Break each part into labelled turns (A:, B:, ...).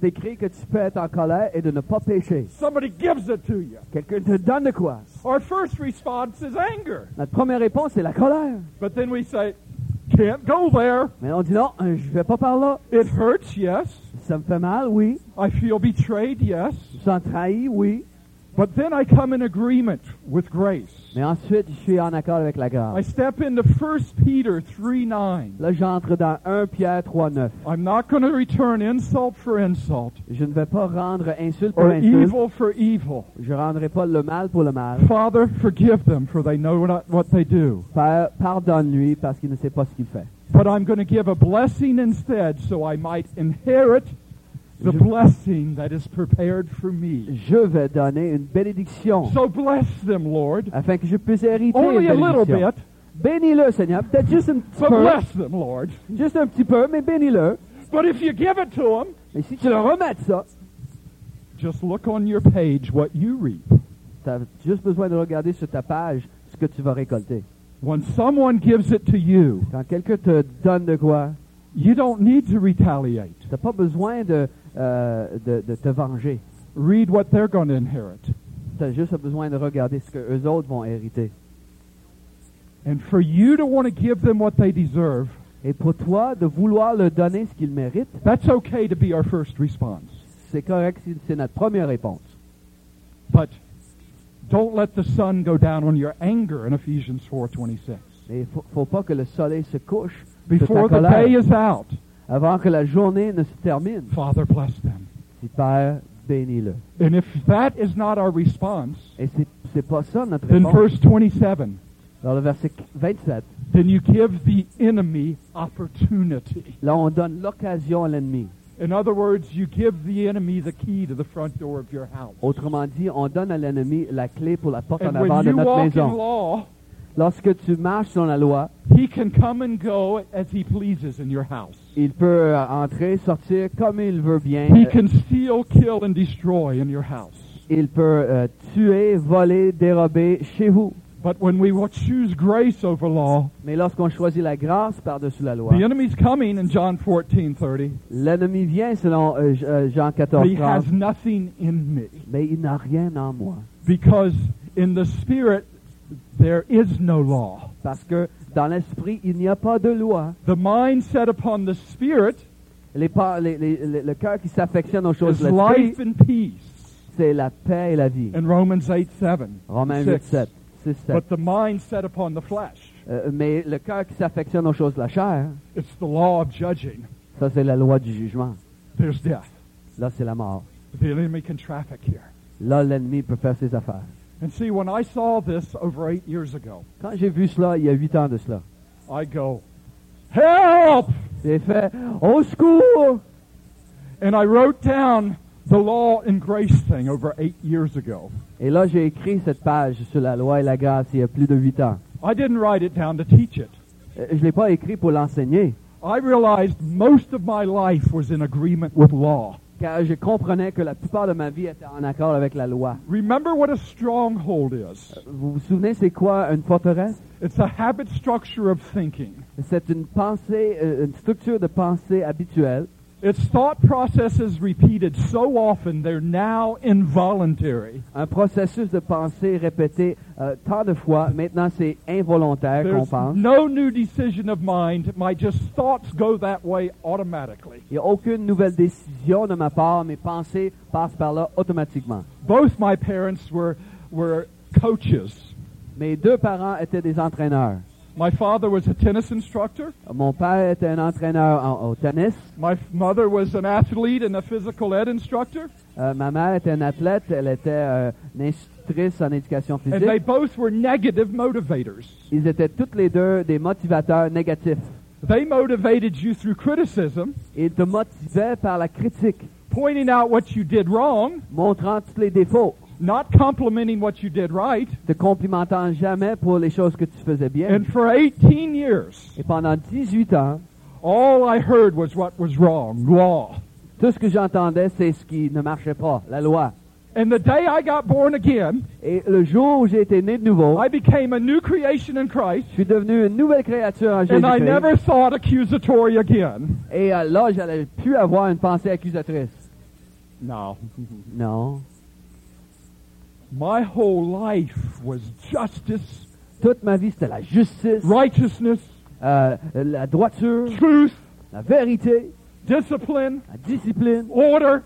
A: c'est écrit que tu peux être en colère et de ne pas pécher.
B: Somebody gives it to you.
A: Quelqu'un te donne de quoi.
B: Our first response is anger.
A: Notre première réponse, c'est la colère.
B: But then we say, can't go there.
A: Mais on dit non, euh, je vais pas par là.
B: It hurts, yes.
A: Ça me fait mal, oui.
B: I feel betrayed, yes.
A: Je me sens trahi, oui.
B: But then I come in agreement with grace.
A: Mais ensuite, je suis en accord avec la
B: I
A: grâce.
B: step into 1 Peter 3 9.
A: Là, j'entre dans 1 Pierre 3.9.
B: I'm not going to return insult for insult
A: Je ne vais pas rendre insulte pour
B: or
A: insulte.
B: evil for evil.
A: Je rendrai pas le mal pour le mal.
B: Father, forgive them, for they know not what they do.
A: Père, pardonne-lui parce qu'il ne sait pas ce qu'il fait.
B: But I'm going to give a blessing instead, so I might inherit the
A: Je-
B: blessing that is prepared for me.
A: Je vais donner une bénédiction
B: So bless them, Lord.
A: afin que je puisse hériter
B: Only
A: une
B: a little
A: bénédiction.
B: bit,
A: Bénis-le, Seigneur. Peut-être juste un petit
B: but
A: peu.
B: bless them, Lord.
A: Juste un petit peu, mais bénis-le.
B: But if you give it to them,
A: Mais si tu leur remets ça,
B: just look on your page what you reap.
A: tu as juste besoin de regarder sur ta page ce que tu vas récolter.
B: When someone gives it to you,
A: Quand quelqu'un te donne de quoi,
B: you don't need to retaliate.
A: tu pas besoin de, euh, de, de te venger.
B: Read what they're going to inherit.
A: Tu as juste besoin de regarder ce que eux autres vont hériter.
B: And for you to want to give them what they deserve,
A: Et pour toi, de vouloir leur donner ce qu'ils méritent,
B: that's okay to be our first response.
A: c'est correct si c'est notre première réponse.
B: But don't let the sun go down on your anger in Ephesians 4:26.
A: Mais il faut, faut pas que le soleil se couche sur ta
B: Before the
A: colère,
B: day is out,
A: avant que la journée ne se termine.
B: Father bless them.
A: Si Père, bénis-le.
B: And if that is not our response,
A: Et c'est, c'est pas ça notre
B: then
A: réponse.
B: verse 27,
A: Dans le verset 27,
B: then you give the enemy opportunity.
A: là on donne l'occasion à l'ennemi.
B: In other words, you give the enemy the key to the front door of your house.
A: Autrement dit, on donne à l'ennemi la clé pour la porte en
B: And
A: avant
B: when
A: de
B: you
A: notre
B: walk in
A: maison.
B: law,
A: Lorsque tu marches sur la loi,
B: he can come and go as he pleases in your house.
A: il peut euh, entrer, sortir comme il veut bien.
B: He
A: Euh,
B: can steal, kill, and destroy in your house.
A: Il peut euh, tuer, voler, dérober chez vous.
B: But when we will choose grace over law,
A: Mais lorsqu'on choisit la grâce par-dessus la loi,
B: the enemy's coming in John 14:30.
A: l'ennemi vient selon euh, J- euh, Jean
B: But
A: 14,
B: he has nothing in me
A: mais il n'a rien en moi.
B: because in the spirit there is no law.
A: Parce que dans l'esprit, il n'y a pas de loi.
B: The mind set upon the spirit
A: Les pa- les- les- les- le cœur qui s'affectionne aux choses
B: is
A: de l'esprit,
B: life and peace
A: c'est la paix et la vie.
B: in Romans 8:7.
A: Romains 8,
B: Six.
A: 7, 6, 7.
B: But the mind set upon the flesh,
A: Euh, mais le cœur qui s'affectionne aux choses de la chair,
B: it's the law of judging.
A: ça c'est la loi du jugement.
B: There's death.
A: Là, c'est la mort.
B: The enemy can traffic here.
A: Là, l'ennemi peut faire ses affaires.
B: And see, when I saw this over eight years ago,
A: Quand j'ai vu cela, il y a huit ans de cela,
B: I go, help!
A: j'ai fait « Au secours!
B: And I wrote down the law and grace thing over eight years ago. »
A: Et là, j'ai écrit cette page sur la loi et la grâce il y a plus de huit ans.
B: I didn't write it down to teach it.
A: Euh, Je l'ai pas écrit pour l'enseigner,
B: I realized most of my life was in agreement with law.
A: car je comprenais que la plupart de ma vie était en accord avec la loi.
B: Remember what a stronghold is
A: Vous vous souvenez, c'est quoi une forteresse?
B: it's a habit structure of thinking,
A: C'est une pensée, euh, une structure de pensée habituelle.
B: it's thought processes repeated so often they're now involuntary.
A: Un processus de pensée répété euh, tant de fois, maintenant c'est involontaire qu'on
B: There's
A: pense.
B: no new decision of mind. My just thoughts go that way automatically.
A: Il n'y a aucune nouvelle décision de ma part, mes pensées passent par là automatiquement.
B: Both my parents were were coaches.
A: Mes deux parents étaient des entraîneurs.
B: My father was a tennis instructor.
A: Mon père était un entraîneur en- au tennis,
B: My f- mother was an athlete and a physical ed instructor.
A: Euh, ma mère était une athlète, elle était euh, une institutrice en éducation
B: And they
A: physique.
B: both were negative motivators.
A: Ils étaient toutes les deux des motivateurs négatifs.
B: They motivated you through criticism,
A: Ils te motivaient par la critique,
B: pointing out what you did wrong,
A: montrant tous les défauts.
B: not complimenting what you did right.
A: te complimentant jamais pour les choses que tu faisais bien.
B: And for 18 years,
A: Et pendant 18 ans,
B: all I heard was what was wrong, law.
A: tout ce que j'entendais, c'est ce qui ne marchait pas, la loi.
B: And the day I got born again,
A: Et le jour où j'ai été né de nouveau,
B: I became a new creation in Christ,
A: je suis devenu une nouvelle créature en
B: and I
A: Jésus-Christ.
B: never thought accusatory again.
A: Et euh, là, j'allais plus avoir une pensée accusatrice.
B: No.
A: Non.
B: My whole life was justice,
A: Toute ma vie, c'était la justice,
B: righteousness,
A: euh, la droiture,
B: truth,
A: la vérité,
B: discipline,
A: la discipline,
B: order.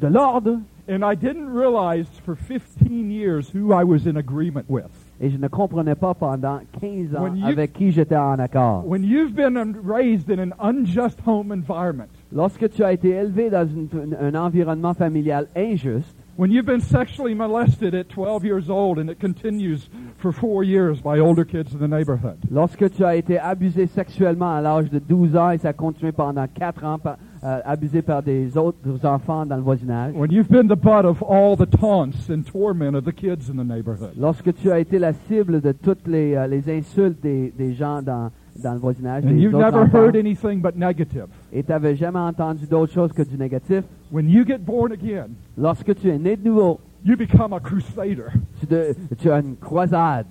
A: de l'ordre.
B: And I didn't realize for 15 years who I was in agreement with.
A: Et je ne comprenais pas pendant 15 ans
B: When you-
A: avec qui j'étais en accord.
B: When you've been un- raised in an unjust home environment,
A: Lorsque tu as été élevé dans une- un environnement familial injuste,
B: when you've been sexually molested at 12 years old and it continues for four years by older kids in the neighborhood,
A: lorsque tu as été abusé sexuellement à l'âge de 12 ans et ça a continué pendant 4 ans, par- euh, abusé par des autres enfants dans le voisinage,
B: when you've been the butt of all the taunts and torment of the kids in the neighborhood,
A: lorsque tu as été la cible de toutes les, euh, les insultes des, des gens dans, dans le voisinage,
B: and
A: des
B: you've
A: autres
B: never
A: enfants,
B: heard anything but negative,
A: et tu n'avais jamais entendu d'autre chose que du négatif,
B: when you get born again,
A: lorsque tu es né de nouveau,
B: you become a crusader,
A: tu, de- tu as une croisade.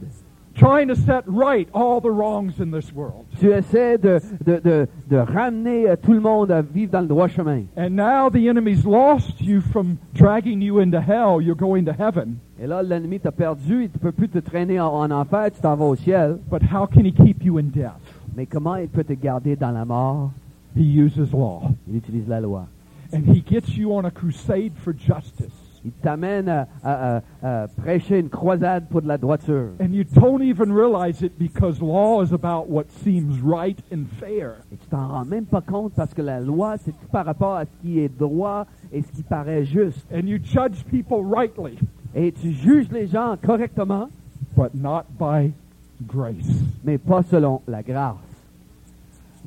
B: trying to set right all the wrongs in this world.
A: Tu essaies de, de, de, de ramener euh, tout le monde à vivre dans le droit chemin.
B: And now the enemy's lost you from dragging you into hell. You're going to heaven.
A: Et là, l'ennemi t'a perdu, il ne peut plus te traîner en, en enfer, tu t'en vas au ciel.
B: But how can he keep you in death?
A: Mais comment il peut te garder dans la mort?
B: He uses law.
A: Il utilise la loi.
B: And he gets you on a crusade for justice.
A: Il t'amène à, à- à- à prêcher une croisade pour de la droiture.
B: And you don't even realize it because law is about what seems right and fair.
A: Et tu t'en rends même pas compte parce que la loi, c'est tout par rapport à ce qui est droit et ce qui paraît juste.
B: And you judge people rightly,
A: Et tu juges les gens correctement,
B: but not by grace.
A: mais pas selon la grâce.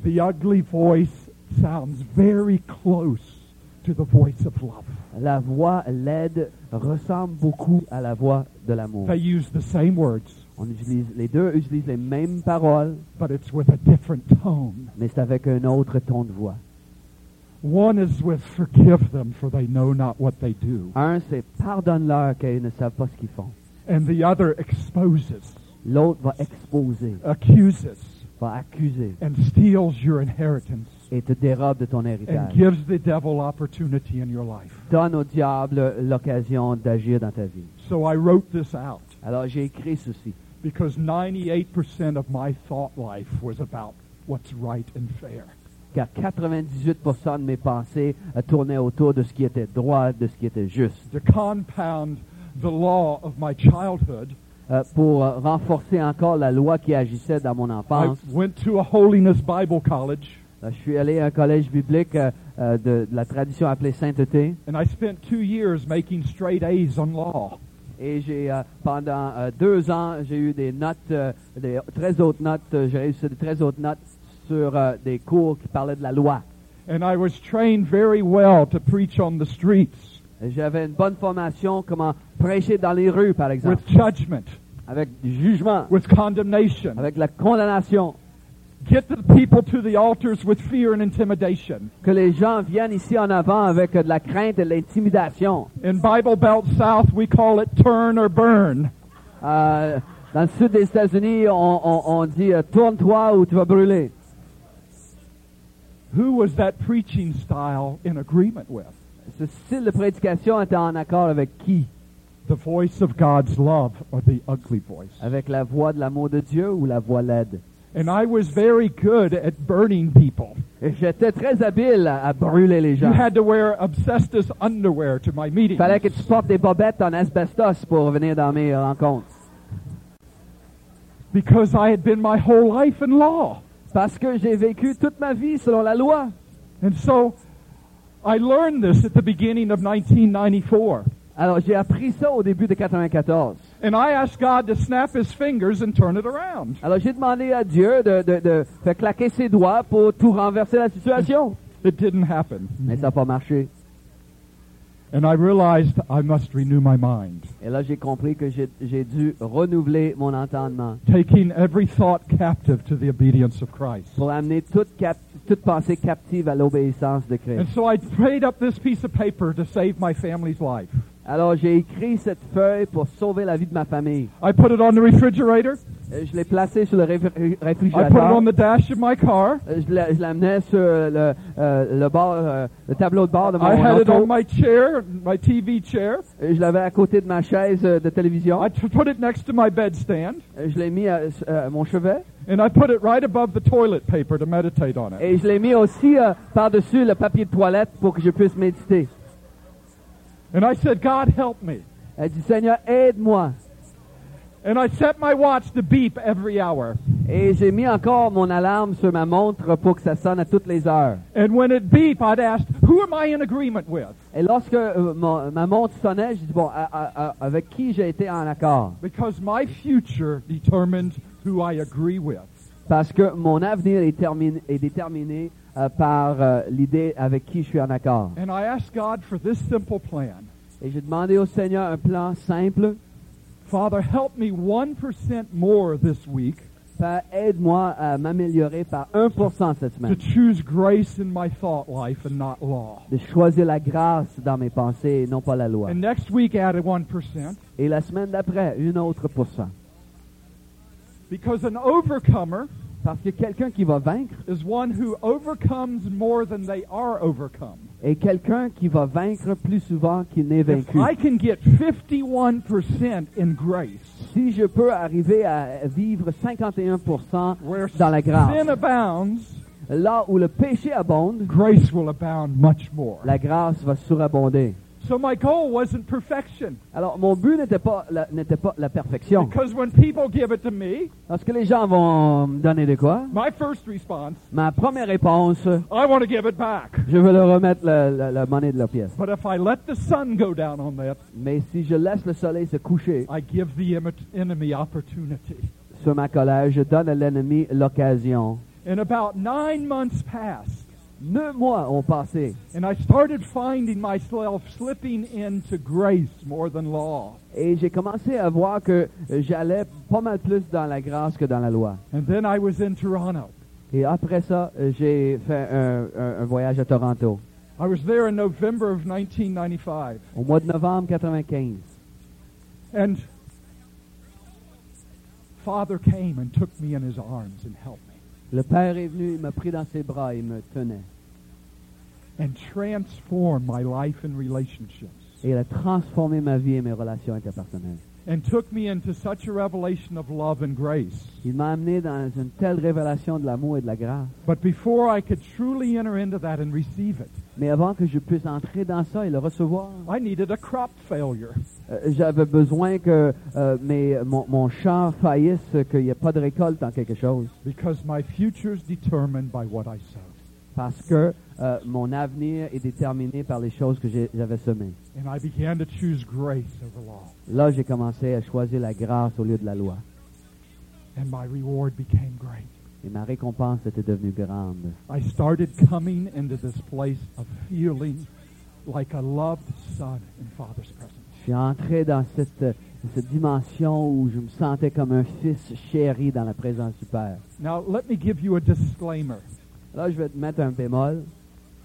B: The ugly voice sounds very close to the voice of love.
A: La voix laide ressemble beaucoup à la voix de l'amour.
B: They use the same words,
A: On utilise, les deux utilisent les mêmes paroles,
B: but it's with a different tone.
A: mais c'est avec un autre ton de voix.
B: One is with forgive them, for they know not what they do.
A: Un, c'est pardonne-leur qu'ils ne savent pas ce qu'ils font.
B: And the other exposes,
A: L'autre va exposer,
B: Euh, accuses,
A: va accuser
B: and steals your inheritance
A: et te dérobe de ton
B: and
A: héritage.
B: gives the devil opportunity in your life.
A: Donne au diable l'occasion d'agir dans ta vie.
B: So I wrote this out
A: Alors j'ai écrit ceci
B: because 98% of my thought life was about what's right and fair.
A: car 98% de mes pensées euh, tournaient autour de ce qui était droit, de ce qui était juste.
B: To compound the law of my childhood,
A: Euh, pour euh, renforcer encore la loi qui agissait dans mon
B: I
A: enfance,
B: went to a holiness Bible college
A: euh, je suis allé à un collège biblique euh, euh, de, de la tradition appelée sainteté
B: and I spent two years making straight A's on law.
A: et j'ai euh, pendant euh, deux ans j'ai eu des notes, euh, des très hautes notes, euh, j'ai réussi des très hautes notes sur euh, des cours qui parlaient de la loi.
B: And I was trained very well to preach on the streets
A: J'avais une bonne formation comment prêcher dans les rues par exemple,
B: with judgment,
A: avec du jugement,
B: with condemnation.
A: avec la condamnation.
B: Get the people to the altars with fear and intimidation.
A: que les gens viennent ici en avant avec euh, de la crainte et de l'intimidation.
B: In Bible Belt South, we call it turn or burn.
A: Euh, dans le sud des États-Unis, on, on- on dit euh, tourne-toi ou tu vas brûler.
B: Who was that preaching style in agreement with?
A: Ce style de prédication était en accord avec qui
B: The voice of God's love or the ugly voice.
A: Avec la voix de l'amour de Dieu ou la voix laide
B: And I was very good at burning people.
A: Et J'étais très habile à, à brûler les gens.
B: You had to wear asbestos underwear to my meetings.
A: fallait que tu portes des bobettes en asbestos pour venir dans mes rencontres.
B: Because I had been my whole life in law.
A: Parce que j'ai vécu toute ma vie selon la loi.
B: And so I learned this at the beginning of 1994.
A: Alors j'ai appris ça au début de 94.
B: And I asked God to snap his fingers and turn it around.
A: Alors j'ai demandé à Dieu de, de, de faire claquer ses doigts pour tout renverser la situation.
B: It didn't happen.
A: Mais ça n'a pas marché.
B: And I realized I must renew my mind,
A: Et là, j'ai compris que j'ai j'ai dû renouveler mon entendement
B: taking every thought captive to the obedience of Christ.
A: pour amener toute, cap- toute pensée captive à l'obéissance de
B: And
A: Christ.
B: so I prayed up this piece of paper to save my family's life.
A: Alors j'ai écrit cette feuille pour sauver la vie de ma famille.
B: I put it on the refrigerator,
A: Euh, Je l'ai placé sur le réfri- euh,
B: I put it
A: réfrigérateur.
B: on the dash of my car.
A: Euh, Je l'a- je l'amenais sur le, euh, le, bord, euh, le tableau de bord de
B: I
A: mon
B: had it on
A: auto.
B: my chair, my TV chair.
A: Euh, Je l'avais à côté de ma chaise euh, de télévision.
B: I t- put it next to my bedstand.
A: Euh, Je l'ai mis à, s- à mon chevet.
B: And I put it right above the toilet paper to meditate on it.
A: Et je l'ai mis aussi euh, par-dessus le papier de toilette pour que je puisse méditer.
B: And I said, God help me.
A: Elle dit, Seigneur, aide-moi.
B: And I set my watch to beep every hour.
A: Et j'ai mis encore mon alarme sur ma montre pour que ça sonne à toutes les heures.
B: And when it beep, I'd ask, who am I in agreement with?
A: Et lorsque euh, mon- ma montre sonnait, je dis bon, à- à- à- avec qui j'ai été en accord
B: Because my future determined who I agree with.
A: Parce que mon avenir est, terminé, est déterminé euh, par euh, l'idée avec qui je suis en accord.
B: And I asked God for this simple plan.
A: Et j'ai demandé au Seigneur un plan simple.
B: Father, help me 1% more this week
A: Père, aide-moi à m'améliorer par 1% cette
B: to
A: semaine.
B: choose grace in my thought life and not law.
A: De choisir la grâce dans mes pensées et non pas la loi.
B: And next week, add a 1%.
A: Et la semaine d'après, une autre pourcent.
B: Because an overcomer
A: Parce que quelqu'un qui va vaincre
B: is one who overcomes more than they are overcome.
A: est quelqu'un qui va vaincre plus souvent qu'il n'est
B: If
A: vaincu.
B: I can get 51% in grace,
A: Si je peux arriver à vivre 51%
B: where
A: dans la grâce,
B: sin abounds,
A: là où le péché abonde,
B: grace will abound much more.
A: la grâce va surabonder.
B: So my goal wasn't perfection.
A: Alors, mon but n'était pas, la- n'était pas la perfection.
B: Because when people give it to me,
A: Parce que les gens vont me donner de quoi?
B: my first response,
A: Ma première réponse,
B: I want to give it back.
A: je veux leur remettre la, la- la monnaie de la pièce.
B: But if I let the sun go down on that,
A: Mais si je laisse le soleil se coucher
B: I give the emi- enemy opportunity.
A: sur ma colère, je donne à l'ennemi l'occasion.
B: And about nine months passed,
A: Neuf mois ont passé
B: and I started finding myself slipping into grace more than law.
A: et j'ai commencé à voir que j'allais pas mal plus dans la grâce que dans la loi.
B: And then I was in Toronto.
A: Et après ça, euh, j'ai fait un, un- un voyage à Toronto
B: I was there in November of 1995.
A: au mois de novembre 95.
B: And Father came and took me in his arms and helped me
A: Le père est venu, il m'a pris dans ses bras, il me tenait.
B: and transformed my life and relationships
A: Et il a transformé ma vie et mes relations interpersonnelles.
B: and took me into such a revelation of love and grace.
A: Il m'a amené dans une telle révélation de l'amour et de la grâce.
B: But before I could truly enter into that and receive it,
A: Mais avant que je puisse entrer dans ça et le recevoir,
B: I needed a crop failure.
A: euh, j'avais besoin que euh, mes, mon, mon champ faillisse, qu'il n'y ait pas de récolte en quelque chose.
B: Because my future's determined by what I sow.
A: Parce que euh, mon avenir est déterminé par les choses que j'ai- j'avais semées.
B: And I began to choose grace over law.
A: Là, j'ai commencé à choisir la grâce au lieu de la loi.
B: And my reward became great.
A: Et ma récompense était devenue grande.
B: I started coming into this place of feeling like a loved son in Father's presence.
A: Je suis entré dans cette, cette dimension où je me sentais comme un fils chéri dans la présence du Père.
B: Now, let me give you a disclaimer.
A: Là, je vais te mettre un bémol.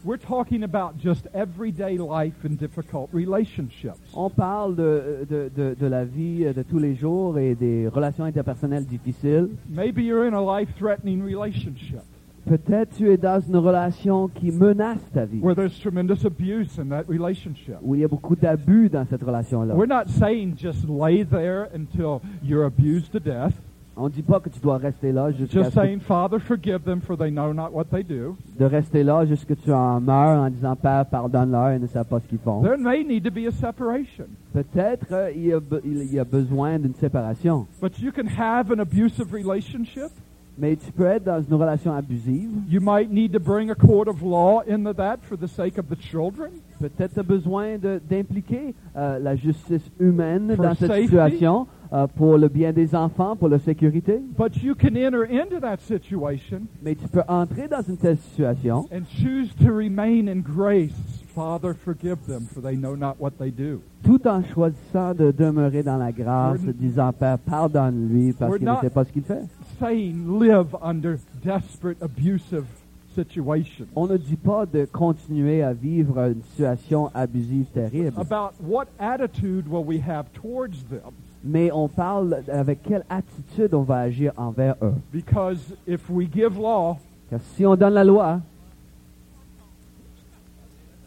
B: We're talking about just everyday life and difficult relationships.
A: On parle de, de, de, de la vie de tous les jours et des relations interpersonnelles difficiles.
B: Maybe you're in a life threatening relationship
A: Peut-être tu es dans une relation qui menace ta vie,
B: where there's tremendous abuse in that relationship.
A: où il y a beaucoup d'abus dans cette relation-là.
B: We're not saying just lay there until you're abused to death.
A: On dit pas que tu dois rester là jusqu'à
B: Just
A: ce que
B: saying, Father, forgive them for they know not what they do.
A: de rester là jusqu'à ce que tu en meurs en disant Père, pardonne-leur, ils ne savent pas ce qu'ils font.
B: There may need to be a separation.
A: Peut-être euh, il, y a be- il y a besoin d'une séparation,
B: But you can have an abusive relationship.
A: mais tu peux être dans une relation abusive.
B: You might need to bring a court of law into that for the sake of the children.
A: Peut-être tu as besoin de- d'impliquer euh, la justice humaine
B: For
A: dans cette
B: safety.
A: situation euh, pour le bien des enfants, pour la sécurité.
B: But you can enter into that situation
A: Mais tu peux entrer dans une telle situation
B: and choose to remain in grace. Father, forgive them for they know not what they do.
A: tout en choisissant de demeurer dans la grâce,
B: We're-
A: disant Père, pardonne-lui parce
B: We're
A: qu'il ne
B: not-
A: sait pas ce qu'il fait.
B: Saying live under desperate abusive situations.
A: On ne dit pas de continuer à vivre
B: Ah ben.
A: une situation abusive terrible.
B: about what attitude will we have towards them
A: mais on parle avec quelle attitude on va agir envers eux.
B: Because if we give law,
A: Car si on donne la loi,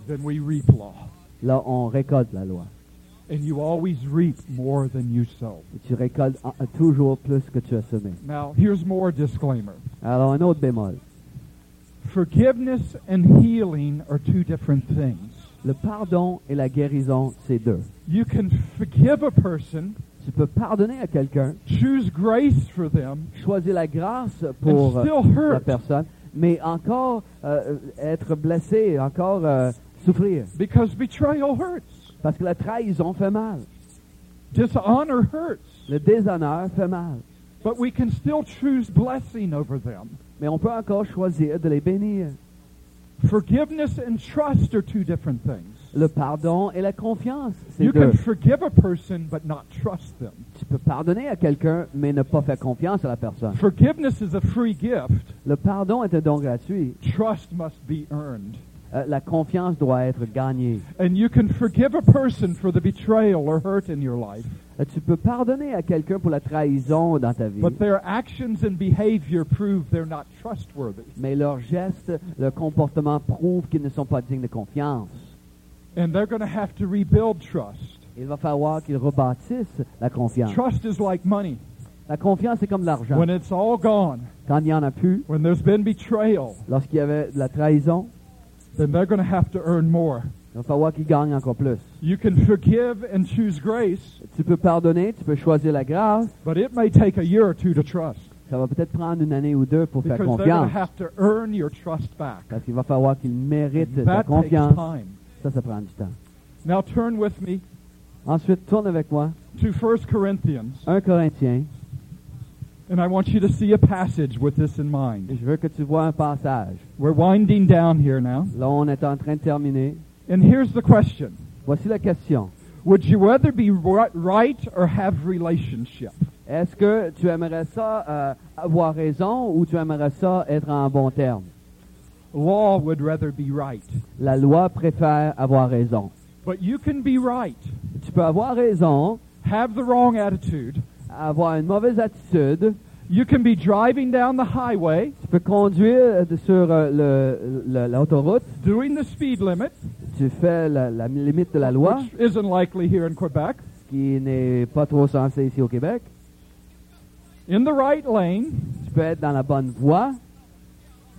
B: then we reap law.
A: là, on récolte la loi.
B: And you always reap more than you sow.
A: Et tu récoltes en- toujours plus que tu as semé.
B: Now, here's more disclaimer.
A: Alors, un autre bémol.
B: Forgiveness and healing are two different things.
A: Le pardon et la guérison, c'est deux.
B: You can forgive a person,
A: Tu peux pardonner à quelqu'un,
B: choose grace for them,
A: choisir la grâce
B: and
A: pour euh,
B: still
A: la
B: hurt
A: personne, mais encore euh, être blessé, encore euh, souffrir.
B: because betrayal hurts.
A: Parce que la trahison fait mal.
B: Dishonor hurts.
A: Le déshonneur fait mal.
B: But we can still choose blessing over them.
A: Mais on peut encore choisir de les bénir.
B: Forgiveness and trust are two different things.
A: Le pardon et la confiance, c'est
B: You
A: deux.
B: can forgive a person but not trust them.
A: Tu peux pardonner à quelqu'un, mais ne pas faire confiance à la personne.
B: Forgiveness is a free gift.
A: Le pardon est un don gratuit.
B: Trust must be earned.
A: Euh, la confiance doit être gagnée.
B: And you can forgive a person for the betrayal or hurt in your life.
A: Euh, tu peux pardonner à quelqu'un pour la trahison dans ta vie,
B: But their actions and behavior prove they're not trustworthy.
A: mais leurs gestes, leur comportement prouvent qu'ils ne sont pas dignes de confiance.
B: And they're going to have to rebuild trust.
A: Il va falloir qu'ils rebâtissent la confiance.
B: Trust is like money.
A: La confiance, c'est comme l'argent.
B: When it's all gone,
A: Quand il n'y en a plus,
B: when there's been betrayal,
A: lorsqu'il y avait de la trahison,
B: then they're going to have to earn more.
A: il va falloir qu'ils gagnent encore plus.
B: You can forgive and choose grace,
A: Tu peux pardonner, tu peux choisir la grâce.
B: but it may take a year or two to trust
A: Ça va peut-être prendre une année ou deux pour
B: because
A: faire
B: they're going to
A: confiance.
B: have to earn your trust back.
A: Parce qu'il va falloir qu'ils méritent ta
B: That takes
A: confiance.
B: time.
A: Ça, ça prend du temps.
B: Now turn with me
A: Ensuite, tourne avec moi.
B: to 1 Corinthians,
A: 1 Corinthiens.
B: and I want you to see a passage with this in
A: Je
B: mind.
A: veux que tu vois un passage.
B: We're winding down here now,
A: Là, on est en train de terminer.
B: and here's the question:
A: Voici la question.
B: Would you rather be ri- right or have relationship?
A: Est-ce que tu aimerais ça euh, avoir raison ou tu aimerais ça être en bon terme?
B: Law would rather be right,
A: La loi préfère avoir raison.
B: but you can be right,
A: Tu peux avoir raison,
B: have the wrong attitude.
A: avoir une mauvaise attitude,
B: You can be driving down the highway,
A: tu peux conduire de- sur euh, le- le- l'autoroute,
B: doing the speed limit,
A: tu fais la, la limite de la loi,
B: which isn't likely here in Quebec,
A: ce qui n'est pas trop censé ici au Québec.
B: in the right lane,
A: Tu peux être dans la bonne voie,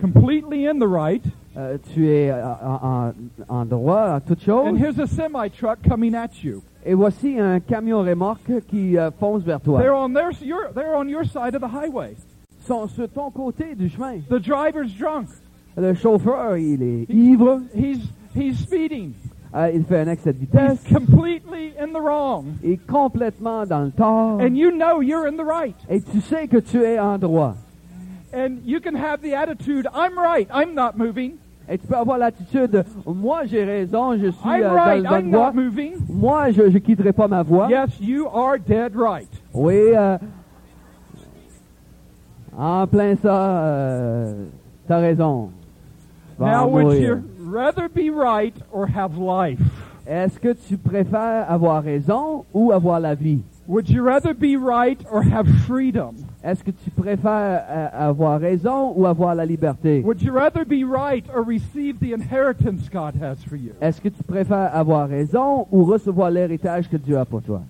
B: completely in the right,
A: euh, tu es euh, en, en- en droit en toute
B: and
A: chose,
B: here's a semi truck coming at you.
A: et voici un camion remorque qui euh, fonce vers toi.
B: They're on their your, they're on your side of the highway.
A: Ils sont sur ton côté du chemin.
B: The driver's drunk.
A: Le chauffeur, il est
B: Evil. He's he's speeding.
A: Euh, il fait un excès de
B: He's
A: vitesse,
B: completely in the wrong.
A: il est complètement dans le tort,
B: And you know you're in the right.
A: et tu sais que tu es en droit.
B: And you can have the attitude, I'm right, I'm not moving.
A: Et tu peux avoir l'attitude, moi j'ai raison, je suis
B: I'm
A: euh,
B: right,
A: dans la bonne
B: I'm
A: voie,
B: not moving.
A: moi je ne quitterai pas ma voie.
B: Yes, you are dead right.
A: Oui, euh, en plein ça, euh, t'as raison. Tu vas
B: Now
A: en
B: would
A: mourir.
B: you rather be right or have life?
A: Est-ce que tu préfères avoir raison ou avoir la vie?
B: Would you rather be right or have freedom?
A: Est-ce que tu préfères euh, avoir raison ou avoir la liberté?
B: Would you rather be right or receive the inheritance God has for you?
A: Est-ce que tu préfères avoir raison ou recevoir l'héritage que Dieu a pour toi?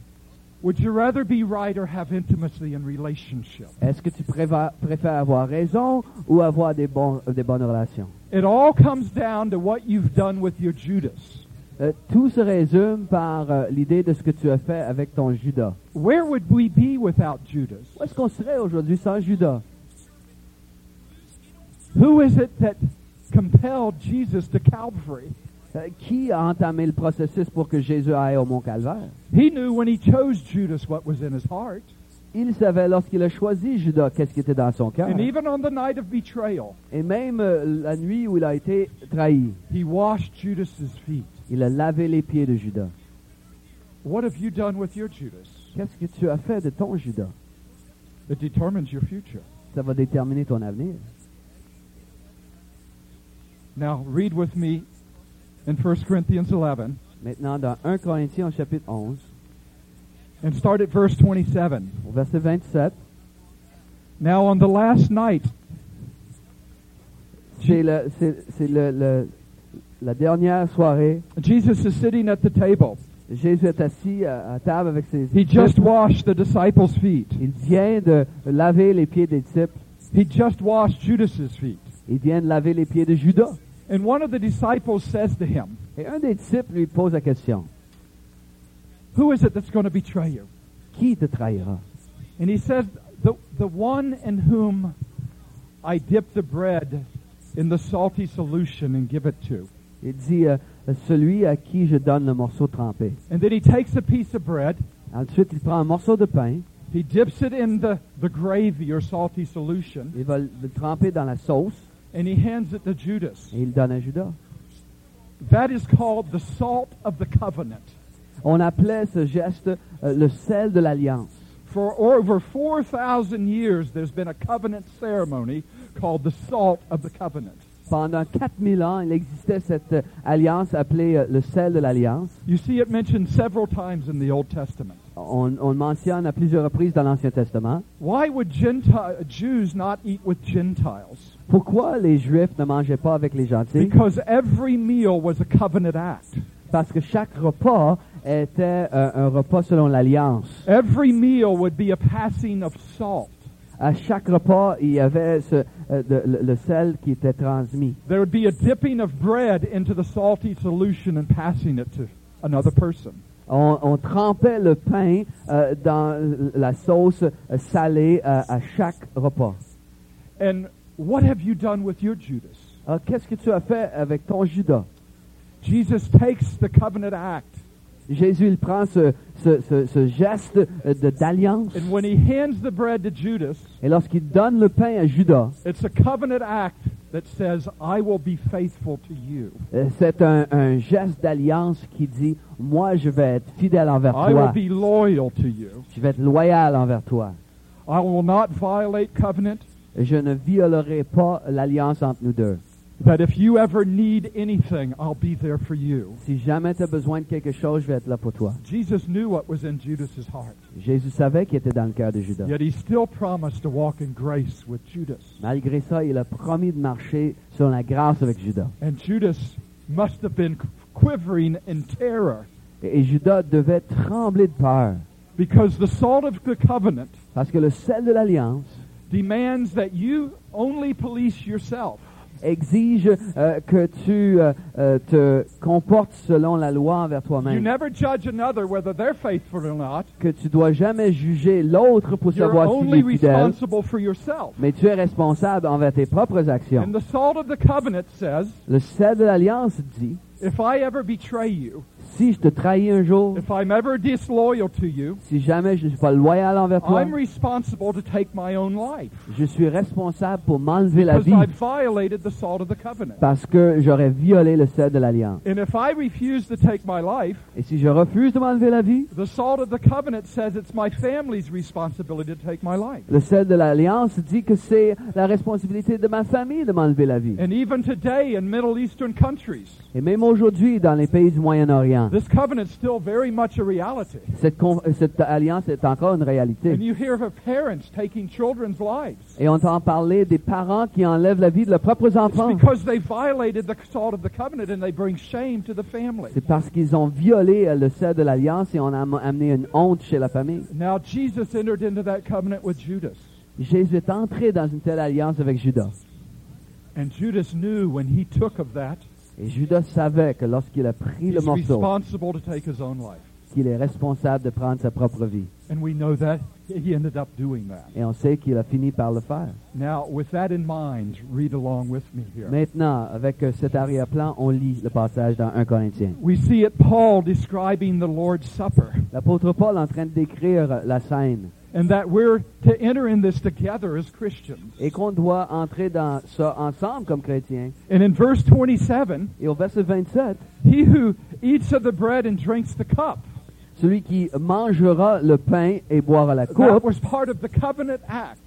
B: Would you rather be right or have intimacy and relationship?
A: Est-ce que tu préva- préfères avoir raison ou avoir des, bons- des bonnes relations?
B: It all comes down to what you've done with your Judas.
A: Euh, tout se résume par euh, l'idée de ce que tu as fait avec ton Judas.
B: Where would we be without Judas?
A: Où est-ce qu'on serait aujourd'hui sans Judas?
B: Who is it that compelled Jesus to Calvary?
A: Euh, qui a entamé le processus pour que Jésus aille au Mont Calvaire?
B: He knew when he chose Judas what was in his heart.
A: Il savait lorsqu'il a choisi Judas qu'est-ce qui était dans son cœur.
B: And even on the night of betrayal,
A: Et même euh, la nuit où il a été trahi,
B: he washed Judas's feet.
A: il a lavé les pieds de Judas.
B: What have you done with your Judas?
A: Qu'est-ce que tu as fait de ton Judas?
B: It determines your future.
A: Ça va déterminer ton avenir.
B: Now read with me in 1 Corinthians 11,
A: Maintenant, dans 1 Corinthiens, au chapitre 11,
B: And start at verse 27.
A: Au verset 27,
B: Now, on the last night,
A: c'est le- c'est- c'est le- le- la dernière soirée.
B: Jesus is sitting at the table.
A: Jésus est assis à, à table avec ses
B: He just
A: disciples.
B: washed the disciples' feet.
A: Il vient de laver les pieds des disciples.
B: He just washed Judas's feet.
A: Il vient de laver les pieds de Judas.
B: And one of the disciples says to him,
A: Et un des disciples lui pose la question.
B: Who is it that's going to betray you?
A: Qui te trahira?
B: And he says, the, the one in whom I dip the bread in the salty solution and give it to.
A: Il dit, euh, celui à qui je donne le morceau trempé.
B: And then he takes a piece of bread,
A: Ensuite, il prend un morceau de pain,
B: he dips it in the, the gravy or salty solution,
A: il va le le tremper dans la sauce
B: and he hands it to Judas.
A: et il le donne à Judas.
B: That is called the salt of the covenant.
A: On appelait ce geste euh, le sel de l'alliance.
B: For over 4,000 years, there's been a covenant ceremony called the salt of the covenant.
A: Pendant 4000 ans, il existait cette euh, alliance appelée euh, le sel de l'alliance.
B: You see it mentioned several times in the Old Testament.
A: On, on le mentionne à plusieurs reprises dans l'Ancien Testament.
B: Why would Gentile, Jews not eat with Gentiles?
A: Pourquoi les Juifs ne mangeaient pas avec les gentils?
B: Because every meal was a covenant act.
A: Parce que chaque repas était euh, un repas selon l'alliance.
B: Every meal would be a passing of salt.
A: À chaque repas, il y avait ce, euh, de- le, le sel qui était transmis.
B: There would be a dipping of bread into the salty solution and passing it to another person.
A: On, on trempait le pain euh, dans la sauce euh, salée euh, à chaque repas.
B: And what have you done with your Judas?
A: Alors, qu'est-ce que tu as fait avec ton Judas?
B: Jesus takes the covenant act,
A: Jésus, il prend ce, ce- ce- ce geste euh, de- d'alliance.
B: and when he hands the bread to Judas,
A: Et lorsqu'il donne le pain à Judas,
B: it's a covenant act that says, I will be faithful to you.
A: euh, c'est un, un geste d'alliance qui dit, moi, je vais être fidèle envers
B: I
A: toi.
B: will be loyal to you.
A: Je vais être loyal envers toi.
B: I will not violate covenant.
A: Je ne violerai pas l'alliance entre nous deux.
B: That if you ever need anything, I'll be there for you.
A: Si jamais tu as besoin de quelque chose, je vais être là pour toi.
B: Jesus knew what was in Judas's heart,
A: Jésus savait qu'il était dans le cœur de Judas.
B: yet he still promised to walk in grace with Judas.
A: Malgré ça, il a promis de marcher sur la grâce avec Judas.
B: And Judas must have been quivering in terror
A: Et et Judas devait trembler de peur
B: because the salt of the covenant
A: parce que le sel de l'alliance
B: demands that you only police yourself.
A: exige euh, que tu euh, euh, te comportes selon la loi envers
B: You
A: toi-même.
B: never judge another whether they're faithful or not.
A: Que tu dois jamais juger l'autre pour
B: You're
A: savoir s'il
B: only
A: est fidèle,
B: responsible for yourself.
A: mais tu es responsable envers tes propres actions.
B: And the salt of the covenant says,
A: Le sel de l'alliance dit,
B: if I ever betray you,
A: si je te trahis un jour,
B: if I'm ever disloyal to you,
A: si jamais je ne suis pas loyal envers toi,
B: I'm responsible to take my own life
A: je suis responsable pour m'enlever la
B: because
A: vie
B: I violated the salt of the covenant.
A: parce que j'aurais violé le sel de l'alliance.
B: And if I refuse to take my life,
A: Et si je refuse de m'enlever la vie,
B: the salt of the covenant says it's my family's responsibility to take my life.
A: le sel de l'alliance dit que c'est la responsabilité de ma famille de m'enlever la vie.
B: And even today in Middle Eastern countries,
A: Et même aujourd'hui, dans les pays du Moyen-Orient,
B: this covenant's still very much a reality.
A: cette, con- euh, cette alliance est encore une
B: And
A: réalité.
B: you hear of parents taking children's lives.
A: Et on entend parler des parents qui enlèvent la vie de leurs propres
B: It's
A: enfants.
B: because they violated the salt of the covenant and they bring shame to the family.
A: C'est parce qu'ils ont violé euh, le sel de l'alliance et on a am- amené une honte chez la famille.
B: Now Jesus entered into that covenant with Judas.
A: Jésus est entré dans une telle alliance avec Judas.
B: And Judas knew when he took of that,
A: Et Judas savait que lorsqu'il a pris le
B: he's
A: morceau,
B: responsible to take his own life.
A: qu'il est responsable de prendre sa propre vie.
B: And we know that he ended up doing that.
A: Et on sait qu'il a fini par le faire.
B: Now, with that in mind, read along with me here.
A: Maintenant, avec euh, cet arrière-plan, on lit le passage dans 1 Corinthiens.
B: We see it Paul describing the Lord's Supper
A: L'apôtre Paul est en train de décrire euh, la scène
B: and that we're to enter in this together as Christians.
A: et qu'on doit entrer dans ça ensemble comme chrétiens.
B: And in verse 27,
A: Et au verset 27,
B: he who eats of the bread and drinks the cup,
A: celui qui mangera le pain et boira la
B: that
A: coupe,
B: was part of the covenant act.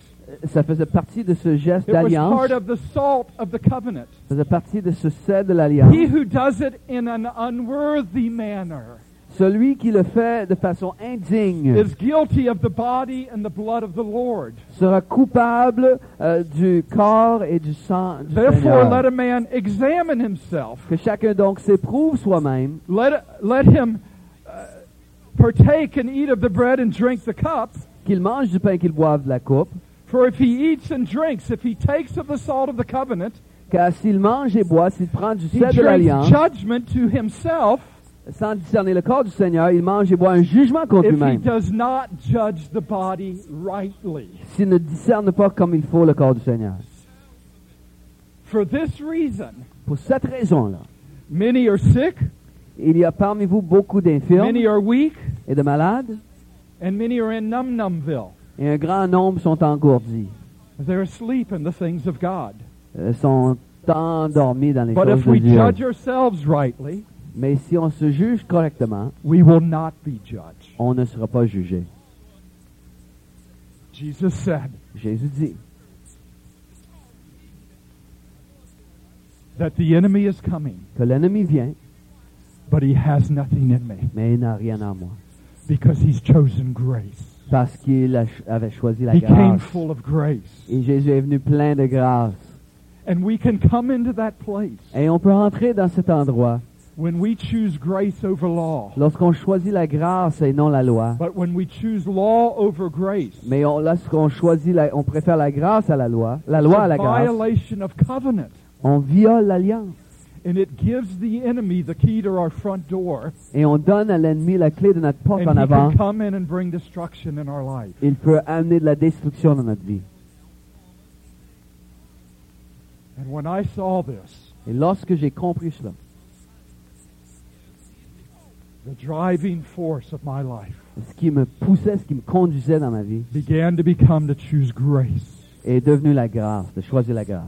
A: ça faisait partie de ce geste
B: It was
A: d'alliance,
B: part of the salt of the covenant.
A: ça faisait partie de ce sel de l'alliance.
B: He who does it in an unworthy manner
A: Celui qui le fait de façon indigne
B: is guilty of the body and the blood of the Lord.
A: sera coupable euh, du corps et du sang du
B: Therefore,
A: Seigneur.
B: let a man examine himself.
A: Que chacun donc s'éprouve soi-même,
B: Let, let him uh, partake and eat of the bread and drink the cup.
A: qu'il mange du pain, qu'il boive de la coupe.
B: For if he eats and drinks, if he takes of the salt of the covenant,
A: Car s'il mange et boit, s'il prend du
B: he
A: sel de
B: drinks
A: l'Alliance,
B: judgment to himself
A: sans discerner le corps du Seigneur, il mange et boit un jugement contre
B: if he
A: lui-même,
B: does not judge the body rightly.
A: s'il ne discerne pas comme il faut le corps du Seigneur.
B: For this reason,
A: Pour cette raison-là,
B: many are sick,
A: il y a parmi vous beaucoup d'infirmes
B: many are weak,
A: et de malades,
B: and many are in Num Numville.
A: et un grand nombre sont engourdis,
B: They're asleep in the things of God.
A: euh, sont endormis dans les
B: But
A: choses
B: if
A: de
B: we
A: Dieu.
B: judge ourselves rightly,
A: Mais si on se juge correctement,
B: we will not be judged.
A: on ne sera pas jugé.
B: Jesus said
A: Jésus dit
B: that the enemy is coming,
A: que l'ennemi vient,
B: but he has nothing in me
A: mais il n'a rien en moi,
B: because he's chosen grace.
A: parce qu'il a ch- avait choisi la
B: He came
A: grâce.
B: full of grace.
A: Et Jésus est venu plein de grâce.
B: And we can come into that place
A: Et on peut rentrer dans cet endroit
B: when we choose grace over law.
A: lorsqu'on choisit la grâce et non la loi.
B: But when we choose law over grace,
A: Mais on, lorsqu'on choisit, la- on préfère la grâce à la loi, la
B: it's
A: loi à
B: a
A: la grâce,
B: violation of covenant.
A: on viole l'alliance
B: And it gives the enemy the key to our front door.
A: et on donne à l'ennemi la clé de notre porte
B: And
A: en
B: he
A: avant.
B: can come in and bring destruction in our life.
A: Il peut amener de la destruction dans notre vie.
B: And when I saw this,
A: Et lorsque j'ai compris cela,
B: the driving force of my life
A: ce qui me poussait, ce qui me conduisait dans ma vie,
B: began to become to choose grace,
A: est devenu la grâce, de choisir la grâce,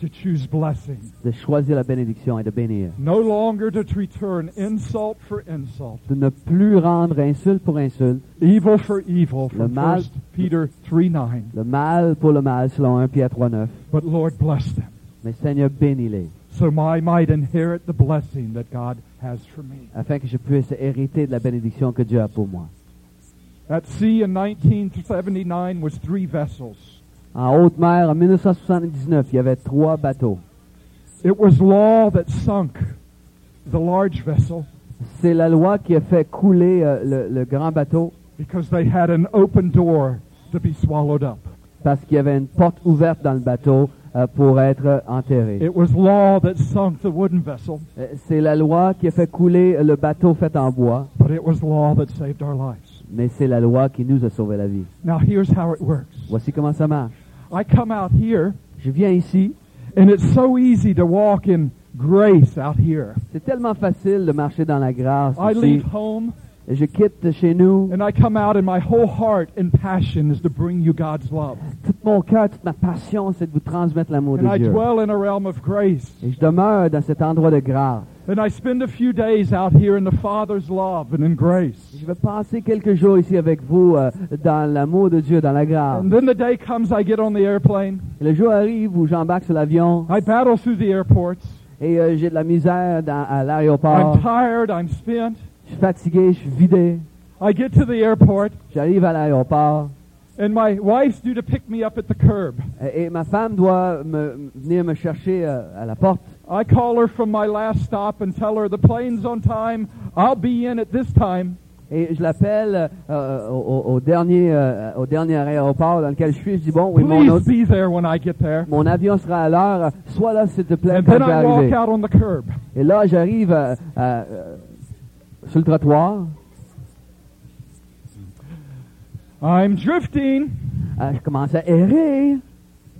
B: to choose blessing,
A: de choisir la bénédiction et de bénir.
B: no longer to return insult for insult,
A: De ne plus rendre insulte pour insulte,
B: evil for evil from
A: mal-
B: 1 Peter 3 9.
A: le mal pour le mal, selon 1 Pierre 3.9.
B: But Lord, bless them,
A: Mais Seigneur, bénis-les,
B: so I might inherit the blessing that God has for me.
A: afin que je puisse hériter de la bénédiction que Dieu a pour moi.
B: At sea in 1979 was three vessels.
A: En haute mer, en 1979, il y avait trois bateaux.
B: It was law that sunk the large vessel
A: C'est la loi qui a fait couler euh, le, le grand bateau
B: because they had an open door to be swallowed up.
A: parce qu'il y avait une porte ouverte dans le bateau euh, pour être euh, enterré.
B: It was law that sunk the wooden vessel,
A: Euh, C'est la loi qui a fait couler euh, le bateau fait en bois,
B: but it was law that saved our lives.
A: mais c'est la loi qui nous a sauvé la vie.
B: Now here's how it works.
A: Voici comment ça marche.
B: I come out here,
A: Je viens ici.
B: and it's so easy to walk in grace out here.
A: C'est tellement facile de marcher dans la grâce
B: I leave
A: ici.
B: home,
A: Et Je quitte chez nous.
B: and I come out, and my whole heart and passion is to bring you God's love.
A: Tout mon cœur, toute ma passion, c'est de vous transmettre l'amour
B: And
A: de
B: I
A: Dieu.
B: dwell in a realm of grace.
A: Et je demeure dans cet endroit de grâce.
B: And I spend a few days out here in the Father's love and in grace.
A: Je vais passer quelques jours ici avec vous euh, dans l'amour de Dieu, dans la grâce.
B: And then the day comes, I get on the airplane.
A: Le jour arrive où j'embarque sur l'avion
B: I battle through the airports.
A: et euh, j'ai de la misère dans- à l'aéroport.
B: I'm tired. I'm spent.
A: Je suis fatigué, je suis vidé.
B: I get to the airport,
A: J'arrive à l'aéroport
B: and my wife's due to pick me up at the curb.
A: et, et ma femme doit me, m- venir me chercher euh, à la porte.
B: I call her from my last stop and tell her the plane's on time. I'll be in at this time.
A: Et je l'appelle euh, euh, au, au- au dernier, euh, au dernier aéroport dans lequel je suis. Je dis, bon, oui, mon,
B: Please
A: autre-
B: be there when I get there.
A: mon avion sera à l'heure. Sois là, s'il te plaît,
B: And
A: quand
B: then
A: je vais
B: I walk
A: arriver.
B: out on the curb.
A: Et là, j'arrive euh, à- euh, sur le trottoir.
B: I'm drifting,
A: Euh, je commence à errer.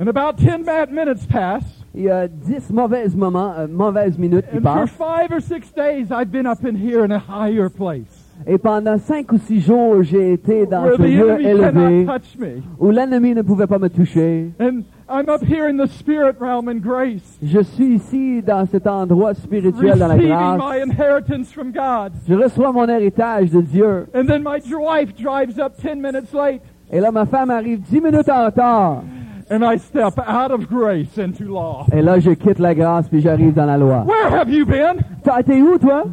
B: and about 10 bad minutes pass.
A: Il y a dix mauvaises moments, euh, mauvaises minutes qui
B: And for
A: passent.
B: five or six days, I've been up in here in a higher place
A: Et pendant cinq ou six jours, j'ai été dans
B: where
A: ce
B: the
A: lieu
B: enemy
A: élevé
B: cannot touch me.
A: où l'ennemi ne pouvait pas me toucher.
B: And I'm up here in the spirit realm in grace,
A: Je suis ici dans cet endroit spirituel dans la
B: receiving
A: grâce.
B: my inheritance from God.
A: Je reçois mon héritage de Dieu.
B: And then my wife drives up 10 minutes late.
A: Et là, ma femme arrive dix minutes en retard.
B: and I step out of grace into law.
A: Et là, je quitte la grâce, puis j'arrive dans la loi.
B: Where have you been?
A: T'as été où, toi?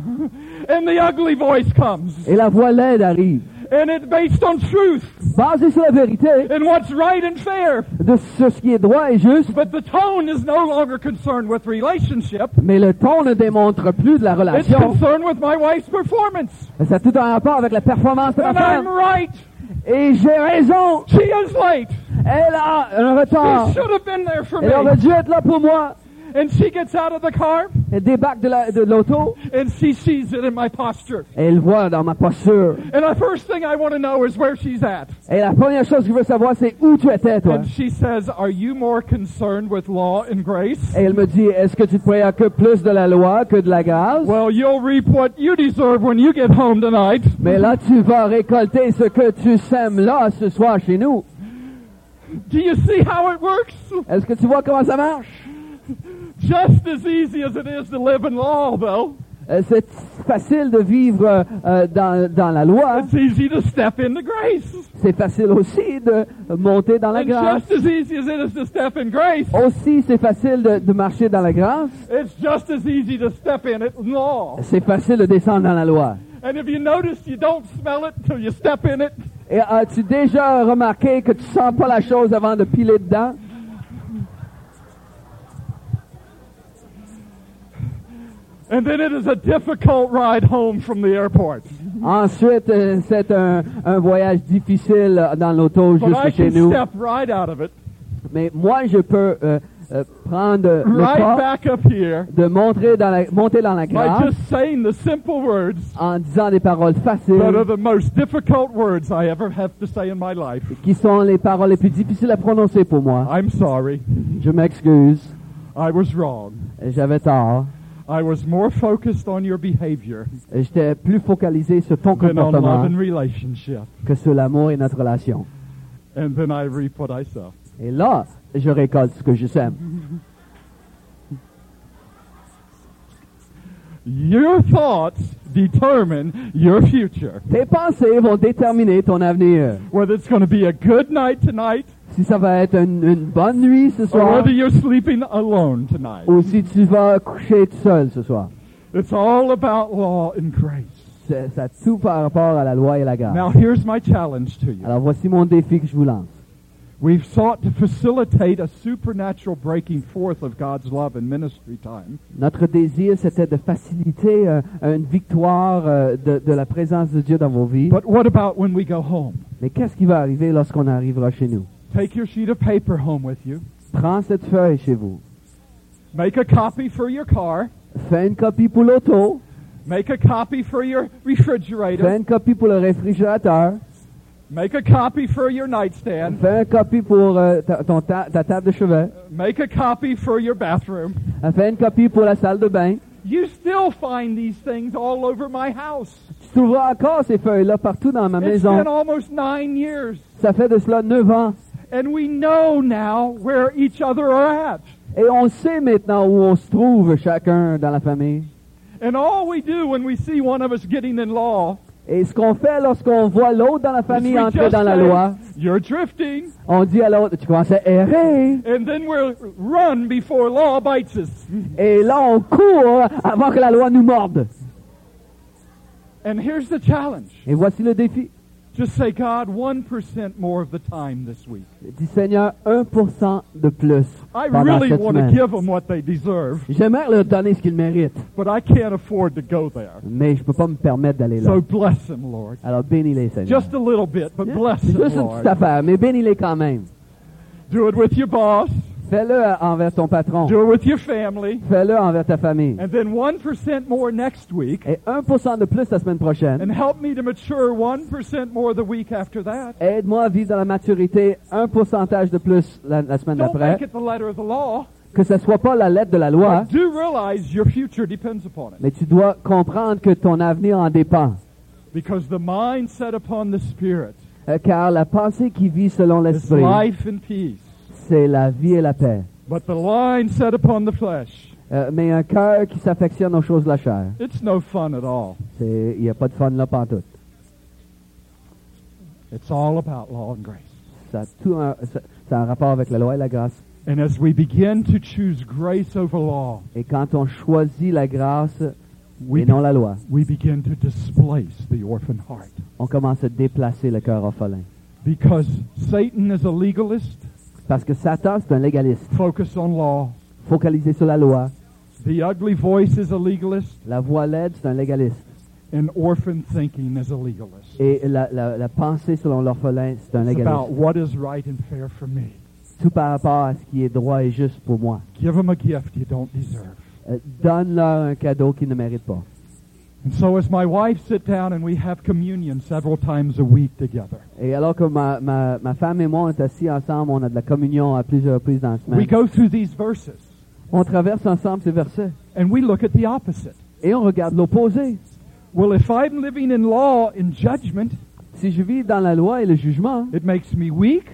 B: And the ugly voice comes,
A: Et la voix laide arrive.
B: and it's based on truth
A: Basée sur la vérité
B: and what's right and fair.
A: de ce qui est droit et juste,
B: But the tone is no longer concerned with relationship.
A: mais le ton ne démontre plus de la
B: It's
A: relation.
B: concerned with my wife's performance.
A: Ça a tout un rapport avec la performance de ma
B: And I'm
A: femme.
B: right.
A: Et j'ai raison.
B: She is late.
A: Elle a un retard.
B: She should have been there for
A: Elle aurait
B: me.
A: dû être là pour moi.
B: And she gets out of the car
A: Elle débarque de la- de l'auto.
B: and she sees it in my posture.
A: elle voit dans ma posture.
B: And the first thing I want to know is where she's at.
A: Et la première chose que je veux savoir, c'est où tu étais, toi.
B: And she says, Are you more concerned with law and grace?
A: Et elle me dit, est-ce que tu te préoccupes plus de la loi que de la grâce?
B: Well, you'll reap what you deserve when you get home tonight.
A: Mais là, tu vas récolter ce que tu sèmes là ce soir chez nous.
B: Do you see how it works?
A: Est-ce que tu vois comment ça marche?
B: Just as easy as it is to live in law, though.
A: Euh, C'est facile de vivre euh, euh, dans, dans la loi.
B: It's easy to step into grace.
A: C'est facile aussi de monter dans la
B: And
A: grâce.
B: just as easy as it is to step in grace,
A: Aussi, c'est facile de, de marcher dans la grâce.
B: it's just as easy to step in it in law.
A: C'est facile de descendre dans la loi.
B: And if you notice, you don't smell it till you step in it.
A: Et as-tu déjà remarqué que tu sens pas la chose avant de piler dedans?
B: And then it is a difficult ride home from the airport.
A: Ensuite, euh, c'est un, un voyage difficile euh, dans l'auto
B: But I
A: jusque chez
B: can
A: nous.
B: step right out of it,
A: Mais moi, je peux euh, euh, prendre euh, le
B: right
A: pas
B: back up here,
A: de monter dans la, monter dans la
B: by
A: grâce
B: just saying the simple words
A: en disant des paroles
B: that are
A: faciles
B: the most difficult words I ever have to say in my life.
A: qui sont les paroles les plus difficiles à prononcer pour moi.
B: I'm sorry.
A: Je m'excuse.
B: I was wrong.
A: J'avais tort.
B: I was more focused on your behavior
A: J'étais plus focalisé sur ton
B: than on love
A: comportement
B: and relationship.
A: que sur l'amour et notre relation.
B: And then I reap what I sow.
A: Et là, je récolte ce que je sème.
B: Your thoughts determine your future.
A: Tes pensées vont déterminer ton avenir.
B: Whether it's going to be a good night tonight
A: Si ça va être une, une bonne nuit ce
B: or
A: soir,
B: whether you're sleeping alone tonight.
A: ou si tu vas coucher tout seul ce soir.
B: It's all about law and grace.
A: C'est- Ça a tout par rapport à la loi et la grâce.
B: Now, here's my challenge to you.
A: Alors voici mon défi que je vous lance.
B: We've sought to facilitate a supernatural breaking forth of God's love in ministry time.
A: Notre désir, c'était de faciliter euh, une victoire euh, de, de la présence de Dieu dans vos vies.
B: But what about when we go home?
A: Mais qu'est-ce qui va arriver lorsqu'on arrivera chez nous?
B: Take your sheet of paper home with you.
A: Prends cette feuille chez vous.
B: Make a copy for your car.
A: Fais une copie pour l'auto.
B: Make a copy for your refrigerator.
A: Fais une copie pour le réfrigérateur.
B: Make a copy for your nightstand.
A: Fais une copie pour euh, ta, ton ta- ta table de chevet. Euh,
B: Make a copy for your bathroom.
A: Fais une copie pour la salle de bain.
B: You still find these things all over my house.
A: Tu trouveras encore ces feuilles-là partout dans ma
B: It's
A: maison.
B: been almost nine years.
A: Ça fait de cela neuf ans.
B: And we know now where each other are at.
A: Et on sait maintenant où on se trouve chacun dans la famille.
B: And all we do when we see one of us getting in law
A: Et ce qu'on fait lorsqu'on voit l'autre dans la
B: is we
A: famille entrer
B: just
A: dans la loi,
B: say, you're drifting,
A: on dit à l'autre, tu commences à errer.
B: and then we'll run before law bites us.
A: Et là, on court avant que la loi nous morde.
B: And here's the challenge.
A: Et voici le défi.
B: Just say, God, 1% more of the time this week.
A: Dis Seigneur, 1% de plus
B: I
A: pendant
B: really
A: cette
B: want to
A: semaine.
B: give them what they deserve,
A: J'aimerais leur donner ce qu'ils méritent,
B: but I can't afford to go there.
A: mais je peux pas me permettre d'aller là.
B: So bless them, Lord.
A: Alors bénis-les, Seigneur.
B: Just a little bit, but bless
A: C'est
B: them,
A: juste une petite
B: Lord.
A: affaire, mais bénis-les quand même.
B: Do it with your boss.
A: Fais-le euh, envers ton patron.
B: Do it with your family.
A: Fais-le envers ta famille.
B: And then 1% more next week.
A: Et 1% de plus la semaine prochaine.
B: And help me to mature 1% more the week after that.
A: Aide-moi à vivre dans la maturité un pourcentage de plus la, la semaine
B: Don't
A: d'après.
B: make it the letter of the law.
A: Que ce soit pas la lettre de la loi,
B: But do realize your future depends upon it.
A: mais tu dois comprendre que ton avenir en dépend.
B: Because the mind set upon the spirit
A: Euh, Car la pensée qui vit selon
B: is
A: l'esprit,
B: life and peace.
A: c'est la vie et la paix.
B: But the line set upon the flesh,
A: Euh, mais un cœur qui s'affectionne aux choses de la chair,
B: it's no fun at all.
A: c'est- il n'y a pas de fun là pantoute.
B: It's all about law and grace.
A: Ça a tout un- ça- C'est en rapport avec la loi et la grâce.
B: And as we begin to choose grace over law,
A: Et quand on choisit la grâce
B: we,
A: et non la loi,
B: we begin to displace the orphan heart.
A: on commence à déplacer le cœur orphelin.
B: Because Satan is a legalist,
A: Parce que Satan, c'est un légaliste.
B: focused on law.
A: Focalisé sur la loi.
B: The ugly voice is a legalist,
A: La voix laide, c'est un légaliste.
B: and orphan thinking is a legalist.
A: Et la, la- la pensée selon l'orphelin, c'est un
B: It's about
A: légaliste.
B: what is right and fair for me.
A: Tout par rapport à ce qui est droit et juste pour moi.
B: Give them a gift you don't deserve.
A: Euh, Donne-leur un cadeau qu'ils ne méritent pas.
B: And so as my wife sit down and we have communion several times a week together,
A: Et alors que ma, ma, ma femme et moi, on est assis ensemble, on a de la communion à plusieurs reprises dans la
B: we
A: semaine.
B: go through these verses
A: On traverse ensemble ces versets.
B: and we look at the opposite.
A: Et on regarde l'opposé.
B: Well, if I'm living in law in judgment,
A: Si je vis dans la loi et le jugement,
B: it makes me weak,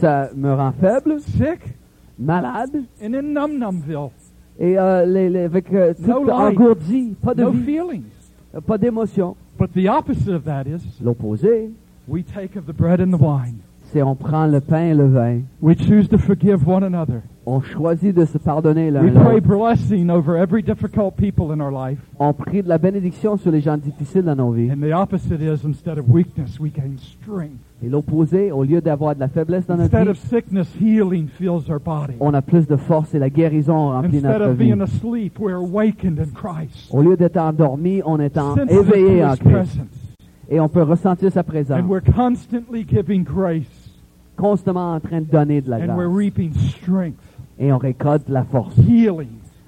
A: ça me rend faible,
B: sick,
A: malade,
B: and in num numville.
A: et euh, les- les- avec euh, tout
B: No life.
A: engourdi, pas de
B: No
A: vie,
B: feelings.
A: euh, pas d'émotion.
B: But the opposite of that is
A: L'opposé,
B: we take of the bread and the wine.
A: c'est on prend le pain et le vin.
B: We choose to forgive one another.
A: On choisit de se pardonner l'un
B: We pray
A: l'autre.
B: blessing over every difficult people in our life.
A: On prie de la bénédiction sur les gens difficiles dans nos vies.
B: And the opposite is instead of weakness, we gain strength.
A: Et l'opposé, au lieu d'avoir de la faiblesse dans notre
B: Instead
A: vie,
B: of sickness, healing fills our body.
A: on a plus de force et la guérison remplit
B: Instead
A: notre
B: of
A: vie.
B: being asleep, we're awakened in Christ.
A: Au lieu d'être endormi, on est en
B: Sensitive
A: éveillé
B: to
A: en
B: His
A: Christ.
B: presence.
A: Et on peut ressentir sa présence,
B: And we're constantly giving grace.
A: constamment en train de donner de la
B: And we're
A: grâce.
B: reaping strength,
A: Et on récolte la force,
B: healing,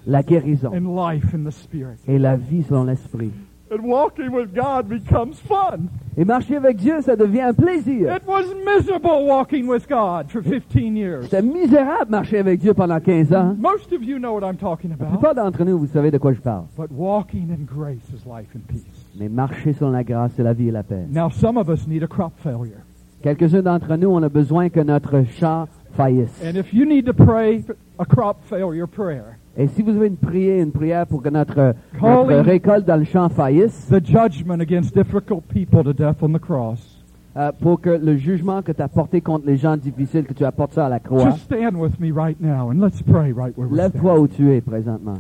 A: la guérison
B: and life in the Spirit.
A: et la vie selon l'esprit.
B: And walking with God becomes fun.
A: Et marcher avec Dieu, ça devient un plaisir.
B: It was miserable walking with God for 15 years.
A: C'était misérable marcher avec Dieu pendant 15 ans.
B: Most of you know what I'm talking
A: La
B: about.
A: plupart d'entre nous, vous savez de quoi je parle.
B: But walking in grace is life and peace.
A: Mais marcher selon la grâce, c'est la vie et la paix.
B: Now, some of us need a crop failure.
A: Quelques-uns d'entre nous, on a besoin que notre champ faillisse.
B: And if you need to pray a crop failure prayer,
A: Et si vous avez une prière, une prière pour que notre, euh,
B: Calling-
A: notre récolte dans le champ faillisse,
B: the judgment against difficult people to death on the cross,
A: euh, pour que le jugement que tu as porté contre les gens difficiles, que tu apportes ça à la croix,
B: just stand with me right now and let's pray right where we're
A: lève-toi
B: standing.
A: où tu es présentement.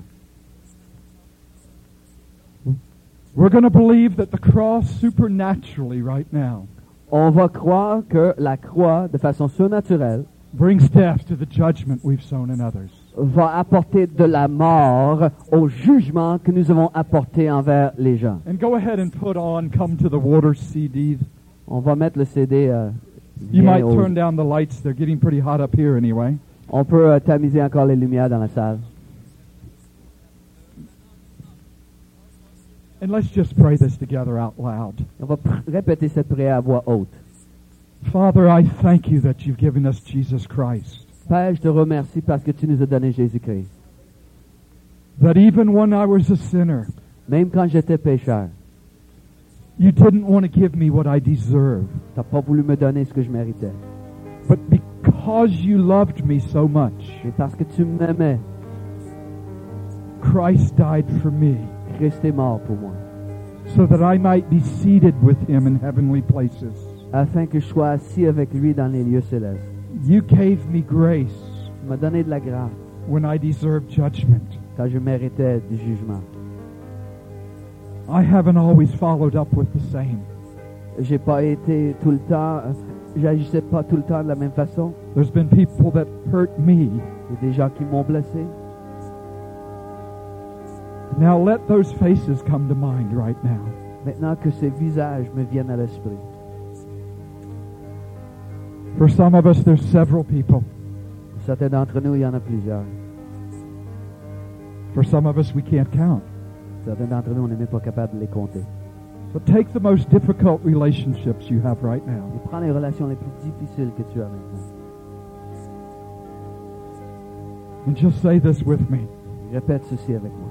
B: We're going to believe that the cross supernaturally right now
A: On va croire que la croix, de façon surnaturelle,
B: brings death to the judgment we've sown in others.
A: va apporter de la mort au jugement que nous avons apporté envers les gens.
B: And go ahead and put on Come to the Water CD.
A: On va mettre le CD. euh,
B: You
A: bien
B: might
A: haut.
B: turn down the lights. They're getting pretty hot up here anyway.
A: On peut euh, tamiser encore les lumières dans la salle.
B: And let's just pray this together out loud.
A: On va pr- répéter cette prière à voix haute.
B: Father, I thank you that you've given us Jesus Christ.
A: Père, je te remercie parce que tu nous as donné Jésus-Christ.
B: That even when I was a sinner,
A: Même quand j'étais pécheur,
B: you didn't want to give me what I deserve.
A: tu n'as pas voulu me donner ce que je méritais.
B: But because you loved me so much,
A: Mais parce que tu m'aimais,
B: Christ died for me.
A: Christ est mort pour moi.
B: so that I might be seated with him in heavenly places.
A: Afin que je sois assis avec lui dans les lieux célestes.
B: You gave me grace
A: Tu m'as donné de la grâce
B: when I deserved judgment.
A: quand je méritais du jugement.
B: I haven't always followed up with the same.
A: J'ai pas été tout le temps, euh, j'agissais pas tout le temps de la même façon.
B: There's been people that hurt me.
A: Il y a des gens qui m'ont blessé.
B: Now let those faces come to mind right now.
A: Maintenant que ces visages me viennent à l'esprit.
B: For some of us, there's several people.
A: Pour certains d'entre nous, il y en a plusieurs.
B: For some of us, we can't count.
A: Certains d'entre nous, on n'est même pas capable de les compter.
B: But take the most difficult relationships you have right
A: Et
B: now
A: prends les relations les plus difficiles que tu as maintenant.
B: and just say this with me
A: Répète ceci avec moi.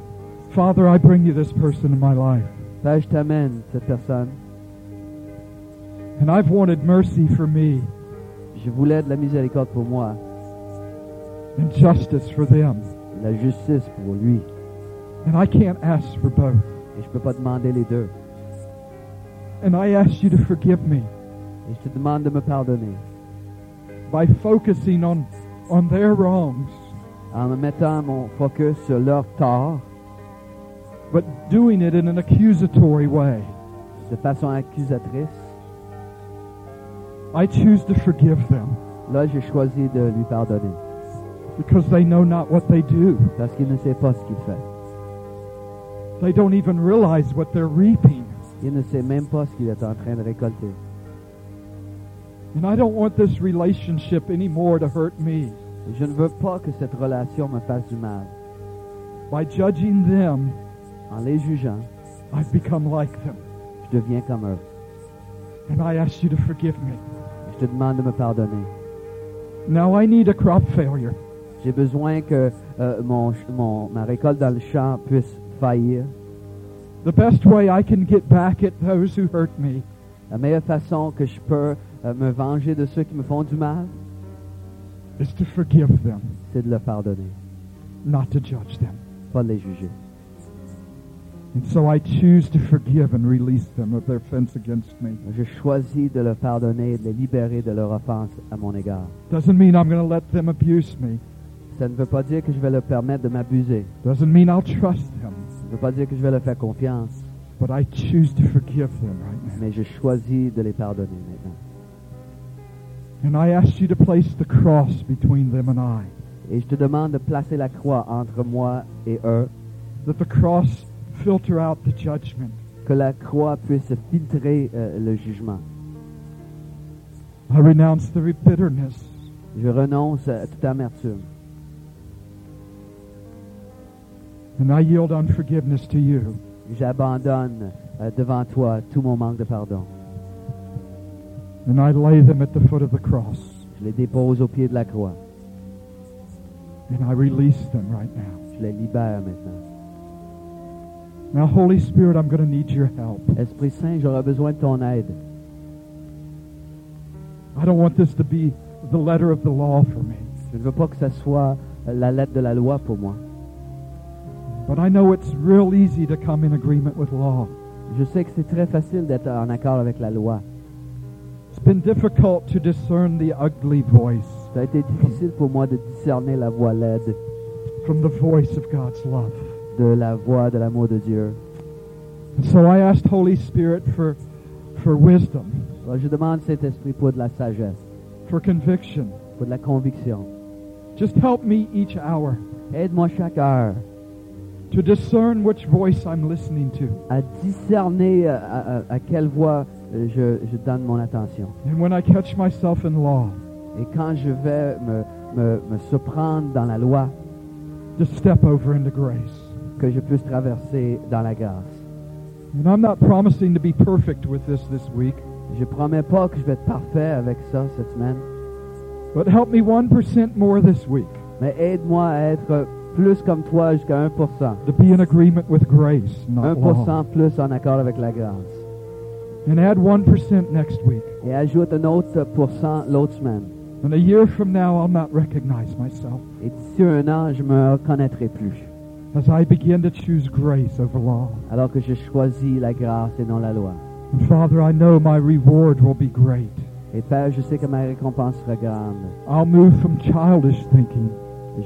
B: Father, I bring you this person in my life,
A: Père, je t'amène cette personne.
B: and I've wanted mercy for me
A: Je voulais de la miséricorde pour moi,
B: and justice for them.
A: de la justice pour lui.
B: And I can't ask for both.
A: Et je peux pas demander les deux.
B: And I ask you to forgive me
A: Et je te demande de me pardonner
B: by focusing on, on their wrongs,
A: en mettant mon focus sur leur tort
B: but doing it in an accusatory way.
A: de façon accusatrice.
B: I choose to forgive them
A: Là, j'ai choisi de lui pardonner
B: because they know not what they do.
A: parce qu'il ne sait pas ce qu'il fait.
B: They don't even realize what they're reaping.
A: Il ne sait même pas ce qu'il est en train de récolter.
B: And I don't want this relationship anymore to hurt me
A: Et Je ne veux pas que cette relation me fasse du mal.
B: by judging them
A: En les jugeant,
B: I've become like them.
A: je deviens comme eux.
B: And I ask you to forgive me.
A: Je te demande de me pardonner.
B: Now I need a crop failure.
A: J'ai besoin que euh, mon, ch- mon- ma récolte dans le champ puisse faillir.
B: The best way I can get back at those who hurt me
A: La meilleure façon que je peux euh, me venger de ceux qui me font du mal,
B: is to forgive them,
A: c'est de le pardonner,
B: not to judge them.
A: pas de les juger.
B: And so I choose to forgive and release them of their offense against me.
A: Je choisis de le pardonner et de les libérer de leur offense à mon égard.
B: Doesn't mean I'm going to let them abuse me.
A: Ça ne veut pas dire que je vais leur permettre de m'abuser.
B: Doesn't mean I'll trust them.
A: Ça ne veut pas dire que je vais leur faire confiance.
B: But I choose to forgive them right now.
A: Mais je choisis de les pardonner maintenant.
B: And I ask you to place the cross between them and I.
A: Et je te demande de placer la croix entre moi et eux,
B: That the cross filter out the judgment.
A: que la croix puisse filtrer euh, le jugement.
B: I renounce the bitterness.
A: Je renonce à toute amertume
B: And I yield unforgiveness to you.
A: J'abandonne euh, devant toi tout mon manque de pardon.
B: And I lay them at the foot of the cross.
A: Je les dépose au pied de la croix.
B: And I release them right now.
A: Je les libère maintenant.
B: Now, Holy Spirit, I'm going to need your help.
A: Esprit Saint, j'aurai besoin de ton aide.
B: I don't want this to be the letter of the law for me.
A: Je ne veux pas que ça soit euh, la lettre de la loi pour moi.
B: But I know it's real easy to come in agreement with law.
A: Je sais que c'est très facile d'être en accord avec la loi.
B: It's been difficult to discern the ugly voice
A: Ça a été difficile pour moi de discerner la voix laide
B: from the voice of God's love.
A: de la voix de l'amour de Dieu.
B: And so I asked Holy Spirit for, for wisdom,
A: Alors, je demande cet esprit pour de la sagesse,
B: for conviction.
A: pour de la conviction.
B: Just help me each hour
A: Aide-moi chaque heure
B: to discern which voice I'm listening to.
A: à discerner euh, à, à- à quelle voix euh, je, je donne mon attention.
B: And when I catch myself in law,
A: Et quand je vais me, me, me surprendre dans la loi,
B: to step over into grace.
A: que je puisse traverser dans la grâce.
B: And I'm not promising to be perfect with this this week,
A: Je promets pas que je vais être parfait avec ça cette semaine,
B: but help me 1% more this week
A: mais aide-moi à être plus comme toi jusqu'à 1%.
B: to be in agreement with grace, not law.
A: 1% plus en accord avec la grâce.
B: And add 1% next week.
A: Et ajoute un autre pourcent l'autre semaine.
B: And a year from now, I'll not recognize myself
A: Et d'ici un an, je me reconnaîtrai plus,
B: as I begin to choose grace over law.
A: alors que je choisis la grâce et non la loi.
B: And Father, I know my reward will be great.
A: Et Père, je sais que ma récompense sera grande.
B: I'll move from childish thinking,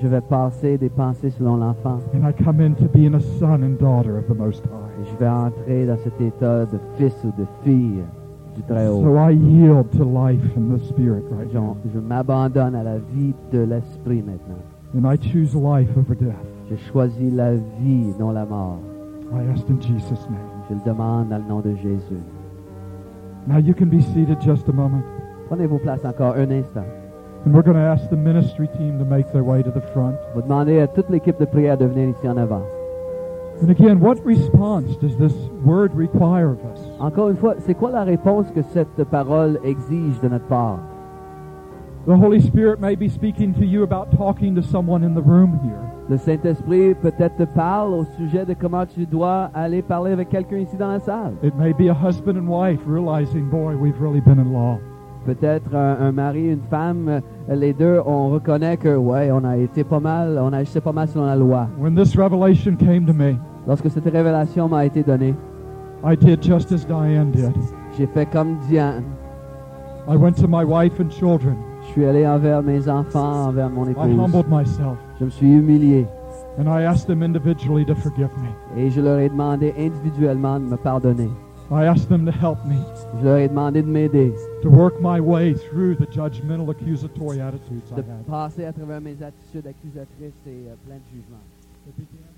A: Je vais passer des pensées selon l'enfant.
B: and I come into being a son and daughter of the Most High.
A: Et Je vais entrer dans cet état de fils ou de fille du Très-Haut.
B: So I yield to life and the Spirit right
A: Je,
B: now.
A: je m'abandonne à la vie de l'esprit maintenant.
B: And I choose life over death.
A: Je choisis la vie, non la mort.
B: I ask in Jesus' name.
A: Je le demande dans le nom de Jésus.
B: Now you can be seated just a moment.
A: Prenez vos places encore un instant.
B: And we're going to ask the ministry team to make their way to the front.
A: Vous demandez à toute l'équipe de prière de venir ici en avant.
B: And again, what response does this word require of us?
A: Encore une fois, c'est quoi la réponse que cette parole exige de notre part?
B: The Holy Spirit may be speaking to you about talking to someone in the room here.
A: Le Saint-Esprit peut-être te parle au sujet de comment tu dois aller parler avec quelqu'un ici dans la salle.
B: It may be a husband and wife realizing, boy, we've really been in law.
A: Peut-être un, un mari, une femme, euh, les deux, on reconnaît que, ouais, on a été pas mal, on a agissé pas mal selon la loi.
B: When this revelation came to me,
A: Lorsque cette révélation m'a été donnée,
B: I did just as Diane did.
A: j'ai fait comme Diane.
B: I went to my wife and children
A: Je suis allé envers mes enfants, envers mon
B: I
A: épouse.
B: humbled myself
A: Je me suis humilié
B: and I asked them individually to forgive me.
A: et je leur ai demandé individuellement de me pardonner.
B: I asked them to help me
A: Je leur ai demandé de m'aider,
B: to work my way through the judgmental accusatory attitudes I
A: de
B: had.
A: passer à travers mes attitudes accusatrices et euh, plein de jugements.
B: It began